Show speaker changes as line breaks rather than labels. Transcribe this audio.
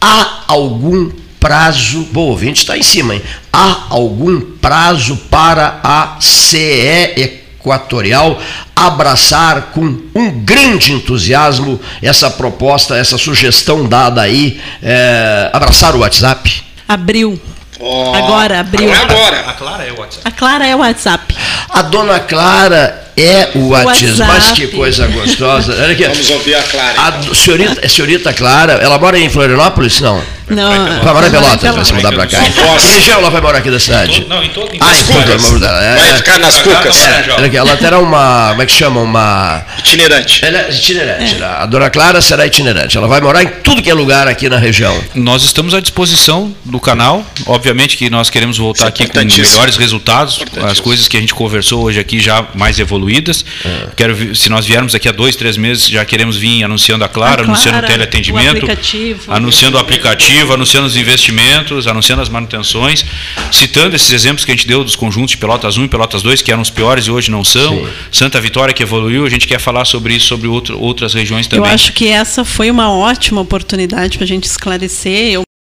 Há algum prazo, bom ouvinte está em cima, hein? Há algum prazo para a CE Equatorial abraçar com um grande entusiasmo essa proposta, essa sugestão dada aí, é, abraçar o WhatsApp?
Abril.
Ó,
Agora, abriu.
Não é agora.
A Clara é o WhatsApp.
A Clara é o WhatsApp.
A dona Clara é o WhatsApp,
WhatsApp.
mas que coisa gostosa. Olha aqui.
Vamos ouvir a Clara.
A do- senhorita, é senhorita Clara, ela mora em Florianópolis? Não.
Não. é
Vai morar em Pelotas, vai se
Pelotas.
mudar pra cá.
Em Poços.
Que região ela vai morar aqui da cidade?
Não, em todo em
Ah,
todo-
em Cuca.
Cucas.
vai mudar. É,
Vai ficar nas cucas.
é, olha aqui, ela terá uma. Como é que chama? Uma.
Itinerante.
Ela é itinerante. né? A dona Clara será itinerante. Ela vai morar em tudo que é lugar aqui na região.
Nós estamos à disposição do canal. Obviamente que nós queremos voltar
Isso é
aqui com
importantíssimo.
melhores resultados, as
Importantíssimo.
coisas que a gente conversou hoje aqui já mais evoluídas.
É.
Quero ver- se nós viermos daqui a dois, três meses, já queremos vir anunciando a Clara,
A Clara,
anunciando o
o
teleatendimento,
aplicativo.
anunciando o aplicativo, anunciando os investimentos, anunciando as manutenções, citando esses exemplos que a gente deu dos conjuntos de Pelotas 1 e Pelotas 2, que eram os piores e hoje não são. Santa Vitória que evoluiu, a gente quer falar sobre isso, sobre outro- outras regiões também.
Eu acho que essa foi uma ótima oportunidade para a gente esclarecer. Eu